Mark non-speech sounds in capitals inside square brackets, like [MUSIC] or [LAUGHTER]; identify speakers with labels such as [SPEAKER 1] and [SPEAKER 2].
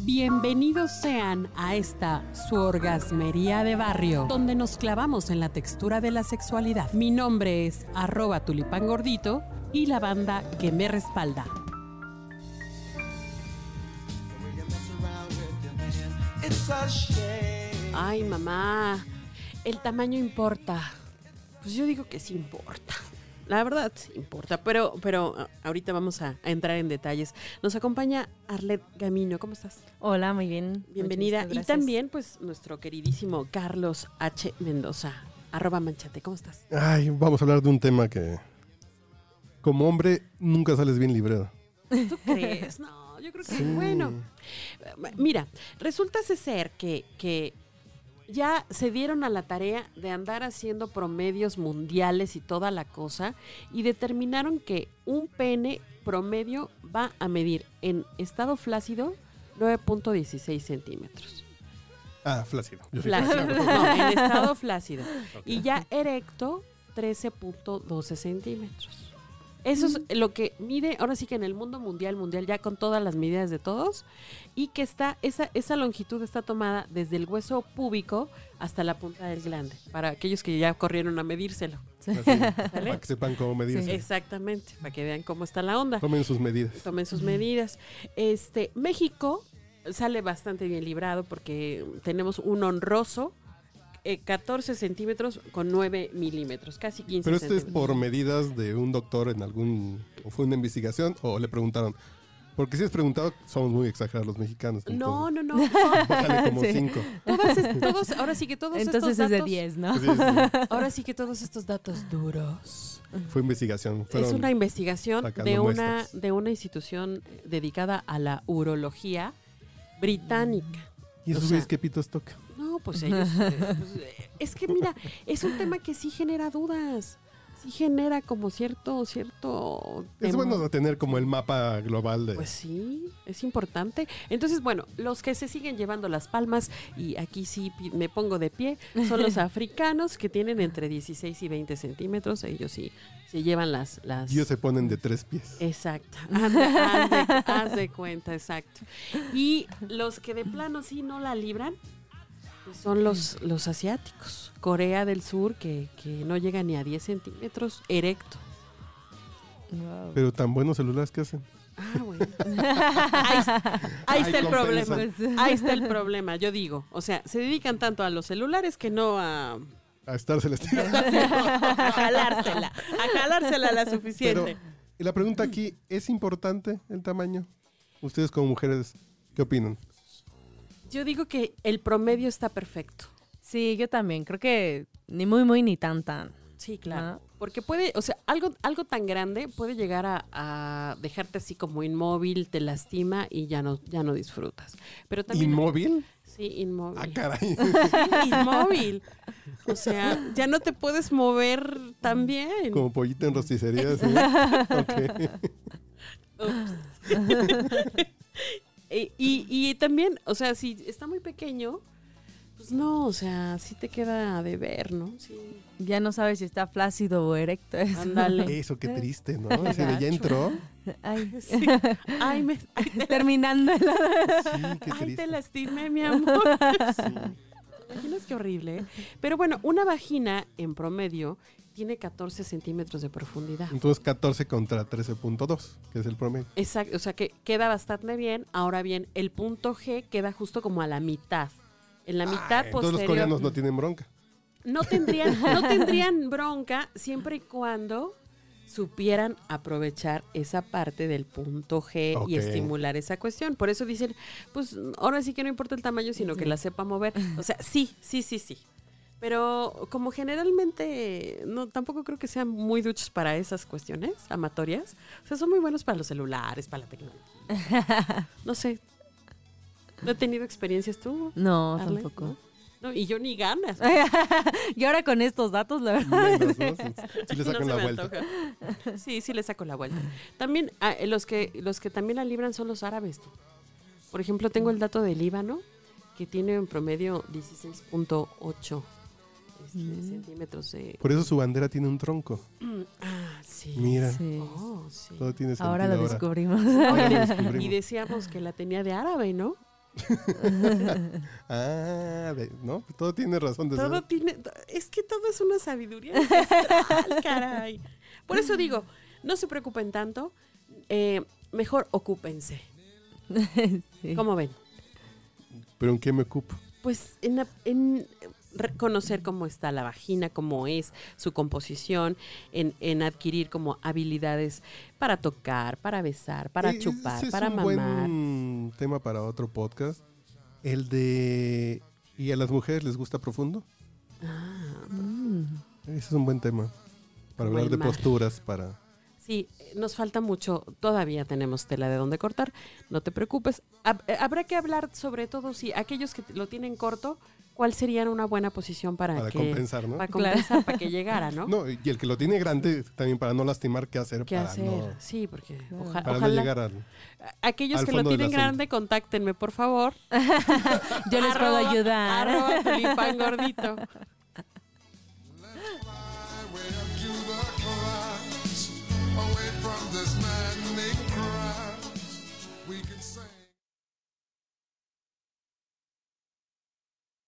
[SPEAKER 1] Bienvenidos sean a esta su orgasmería de barrio, donde nos clavamos en la textura de la sexualidad. Mi nombre es arroba tulipán gordito y la banda que me respalda. Ay mamá, el tamaño importa.
[SPEAKER 2] Pues yo digo que sí importa. La verdad, sí importa. Pero, pero ah, ahorita vamos a, a entrar en detalles. Nos acompaña Arlet Gamino. ¿Cómo estás?
[SPEAKER 3] Hola, muy bien.
[SPEAKER 2] Bienvenida.
[SPEAKER 3] Muchas
[SPEAKER 2] Y
[SPEAKER 3] gracias.
[SPEAKER 2] también, pues, nuestro queridísimo Carlos H. Mendoza. Arroba manchate. ¿Cómo estás?
[SPEAKER 4] Ay, vamos a hablar de un tema que. Como hombre, nunca sales bien librado.
[SPEAKER 2] ¿Tú crees? No, yo creo que bueno. Mira, resulta ese ser que, que ya se dieron a la tarea de andar haciendo promedios mundiales y toda la cosa y determinaron que un pene promedio va a medir en estado flácido 9.16 centímetros.
[SPEAKER 4] Ah, flácido. Yo sí.
[SPEAKER 2] Flácido, no, en estado flácido. Y ya erecto 13.12 centímetros. Eso es lo que mide, ahora sí que en el mundo mundial, mundial, ya con todas las medidas de todos, y que está, esa, esa longitud está tomada desde el hueso púbico hasta la punta del glande, para aquellos que ya corrieron a medírselo.
[SPEAKER 4] Así,
[SPEAKER 2] [LAUGHS] ¿Sale?
[SPEAKER 4] Para que sepan cómo medirse.
[SPEAKER 2] Exactamente, para que vean cómo está la onda
[SPEAKER 4] Tomen sus medidas.
[SPEAKER 2] tomen sus medidas. Este, México sale bastante bien librado porque tenemos un honroso eh, 14 centímetros con 9 milímetros, casi 15
[SPEAKER 4] Pero esto es
[SPEAKER 2] centímetros.
[SPEAKER 4] por medidas de un doctor en algún. O fue una investigación o le preguntaron. Porque si es preguntado, somos muy exagerados los mexicanos.
[SPEAKER 2] No,
[SPEAKER 4] entonces,
[SPEAKER 2] no, no. no.
[SPEAKER 4] Bájale como
[SPEAKER 3] Sí.
[SPEAKER 4] cinco.
[SPEAKER 2] Todas es- todos, ahora sí que todos estos
[SPEAKER 3] Entonces es
[SPEAKER 2] datos,
[SPEAKER 3] de 10, ¿no?
[SPEAKER 4] Sí,
[SPEAKER 2] [LAUGHS]
[SPEAKER 4] sí,
[SPEAKER 2] Ahora sí que todos estos datos duros.
[SPEAKER 4] Fue investigación.
[SPEAKER 2] es
[SPEAKER 4] Fueron-
[SPEAKER 2] una investigación
[SPEAKER 4] sacando
[SPEAKER 2] de una,
[SPEAKER 4] muestras.
[SPEAKER 2] de una institución dedicada a la urología británica.
[SPEAKER 4] ¿Y
[SPEAKER 2] o
[SPEAKER 4] esos
[SPEAKER 2] sea-
[SPEAKER 4] güeyes qué pitos toca?
[SPEAKER 2] No, pues ellos. eh, pues, eh, es que mira, es un tema que sí genera dudas. Sí genera como cierto, cierto.
[SPEAKER 4] Es
[SPEAKER 2] tem-
[SPEAKER 4] bueno tener como el mapa global de.
[SPEAKER 2] Pues sí, es importante. Entonces, bueno, los que se siguen llevando las palmas, y aquí sí pi- me pongo de pie, son los africanos que tienen entre 16 y 20 centímetros. Ellos sí se llevan las. las
[SPEAKER 4] ellos se ponen de tres pies.
[SPEAKER 2] Exacto. [LAUGHS] Haz de, haz de- haz de cuenta, exacto. Y los que de plano sí no la libran pues son los, los asiáticos. Corea del Sur, que, que no llega ni a 10 centímetros erecto.
[SPEAKER 3] Wow.
[SPEAKER 4] Pero tan buenos celulares que hacen.
[SPEAKER 2] Ah, bueno. [LAUGHS] Ahí, ahí está
[SPEAKER 4] Ay,
[SPEAKER 2] el
[SPEAKER 4] compensa.
[SPEAKER 2] problema. Ahí está el problema, yo digo. O sea, se dedican tanto a los celulares que no a, [LAUGHS]
[SPEAKER 4] A estar celestial.
[SPEAKER 2] a jalársela. A jalársela la
[SPEAKER 4] Pero
[SPEAKER 2] suficiente.
[SPEAKER 4] y la pregunta aquí, ¿es importante el tamaño? Ustedes como mujeres, ¿qué opinan?
[SPEAKER 2] Yo digo que el promedio está perfecto.
[SPEAKER 3] Sí, yo también. Creo que ni muy, muy, ni tan, tan.
[SPEAKER 2] Sí, claro.
[SPEAKER 3] Ah.
[SPEAKER 2] Porque puede, o sea, algo, algo tan grande puede llegar a, a dejarte así como inmóvil, te lastima y ya no, ya no disfrutas. Pero también.
[SPEAKER 4] ¿Inmóvil?
[SPEAKER 2] Sí, inmóvil.
[SPEAKER 4] Ah, caray.
[SPEAKER 2] Sí, [LAUGHS] inmóvil. O sea, ya no te puedes mover tan bien.
[SPEAKER 4] como pollito en rosticería. ¿sí? Ok.
[SPEAKER 2] Ups. y, E, y- y también, o sea, si está muy pequeño, pues no, o sea, sí te queda de ver, ¿no? [LAUGHS] Sí.
[SPEAKER 3] Ya no sabes si está flácido o erecto. eso.
[SPEAKER 2] Ándale.
[SPEAKER 4] Eso, qué triste, ¿no? Así de, ya entró.
[SPEAKER 2] [LAUGHS]
[SPEAKER 3] Ay.
[SPEAKER 2] Sí. Ay, me, ay, te-
[SPEAKER 3] Terminando el...
[SPEAKER 4] Sí,
[SPEAKER 2] [LAUGHS]
[SPEAKER 4] qué
[SPEAKER 2] Ay, te
[SPEAKER 4] triste.
[SPEAKER 2] lastimé, mi amor. ¿Te imaginas qué horrible? eh? Pero bueno, una vagina en promedio tiene 14 centímetros de profundidad.
[SPEAKER 4] Entonces 14 contra 13.2, que es el promedio.
[SPEAKER 2] Exacto, o sea que queda bastante bien. Ahora bien, el punto G queda justo como a la mitad. En la mitad
[SPEAKER 4] Ah, entonces los
[SPEAKER 2] posterior.
[SPEAKER 4] coreanos no tienen bronca.
[SPEAKER 2] No tendrían, no tendrían bronca siempre y cuando supieran aprovechar esa parte del punto G
[SPEAKER 4] Ok.
[SPEAKER 2] y estimular esa cuestión. Por eso dicen, pues ahora sí que no importa el tamaño, sino que la sepa mover. O sea, sí, sí, sí, sí. Pero como generalmente no tampoco creo que sean muy duchos para esas cuestiones amatorias. O sea, son muy buenos para los celulares, para la tecnología. No sé. ¿No he tenido experiencias tú?
[SPEAKER 3] No,
[SPEAKER 2] Arle?
[SPEAKER 3] tampoco.
[SPEAKER 2] No, y yo ni ganas.
[SPEAKER 3] [LAUGHS] y ahora con estos datos, la verdad.
[SPEAKER 4] Menos, ¿no? Sí, sí le
[SPEAKER 2] No
[SPEAKER 4] sacan
[SPEAKER 2] se
[SPEAKER 4] la
[SPEAKER 2] me
[SPEAKER 4] vuelta.
[SPEAKER 2] antoja. [LAUGHS] Sí, sí le saco la vuelta. También ah, eh, los que los que también la libran son los árabes. tú. Por ejemplo, tengo el dato de Líbano que tiene en promedio 16.8 este, centímetros de
[SPEAKER 4] Por eso su bandera tiene un tronco.
[SPEAKER 2] ah, sí.
[SPEAKER 4] Mira,
[SPEAKER 3] Sí.
[SPEAKER 2] Oh, sí. [LAUGHS]
[SPEAKER 4] todo tiene sentido
[SPEAKER 3] Ahora
[SPEAKER 4] ahora.
[SPEAKER 3] lo descubrimos. [LAUGHS]
[SPEAKER 4] Ahora lo
[SPEAKER 2] Y
[SPEAKER 4] descubrimos.
[SPEAKER 2] decíamos que la tenía de árabe, ¿no?
[SPEAKER 4] Ah, ve- no, todo tiene razón de
[SPEAKER 2] Todo
[SPEAKER 4] ser.
[SPEAKER 2] tiene. Es que todo es una [LAUGHS] sabiduría ancestral, caray. Por eso digo, no se preocupen tanto. eh, mejor [LAUGHS] ocúpense.
[SPEAKER 3] Sí.
[SPEAKER 2] ¿Cómo ven?
[SPEAKER 4] Pero ¿en qué me ocupo?
[SPEAKER 2] Pues en, ap- en reconocer cómo está la vagina, cómo es su composición, en, en adquirir como habilidades para tocar, para besar, para
[SPEAKER 4] Eh,
[SPEAKER 2] chupar,
[SPEAKER 4] ese es
[SPEAKER 2] para
[SPEAKER 4] un
[SPEAKER 2] mamar.
[SPEAKER 4] buen tema para otro podcast. El de... ¿Y a las mujeres les gusta profundo?
[SPEAKER 2] Ah,
[SPEAKER 4] Ese es un buen tema.
[SPEAKER 2] Como
[SPEAKER 4] Para hablar
[SPEAKER 2] el
[SPEAKER 4] de
[SPEAKER 2] mar.
[SPEAKER 4] posturas, para...
[SPEAKER 2] Sí, nos falta mucho, todavía tenemos tela de dónde cortar, no te preocupes. Hab- eh, habrá que hablar sobre todo si aquellos que lo tienen corto, ¿cuál sería una buena posición para,
[SPEAKER 4] Para
[SPEAKER 2] que
[SPEAKER 4] compensar, ¿no?
[SPEAKER 2] para compensar, para que llegara, ¿no?
[SPEAKER 4] [LAUGHS] No, y el que lo tiene grande también para no lastimar, ¿qué hacer?
[SPEAKER 2] ¿Qué
[SPEAKER 4] para
[SPEAKER 2] hacer?
[SPEAKER 4] No,
[SPEAKER 2] Sí, porque oja-
[SPEAKER 4] para no
[SPEAKER 2] ojalá
[SPEAKER 4] llegar al...
[SPEAKER 2] a- aquellos
[SPEAKER 4] al
[SPEAKER 2] que lo
[SPEAKER 4] fondo del
[SPEAKER 2] tienen
[SPEAKER 4] asunto.
[SPEAKER 2] grande, contáctenme, por favor.
[SPEAKER 3] Yo les puedo
[SPEAKER 2] Arroba-
[SPEAKER 3] ayudar.
[SPEAKER 2] Arroba tulipán gordito.
[SPEAKER 5] Way up to the clouds, away from this maddening crowd, we can sing.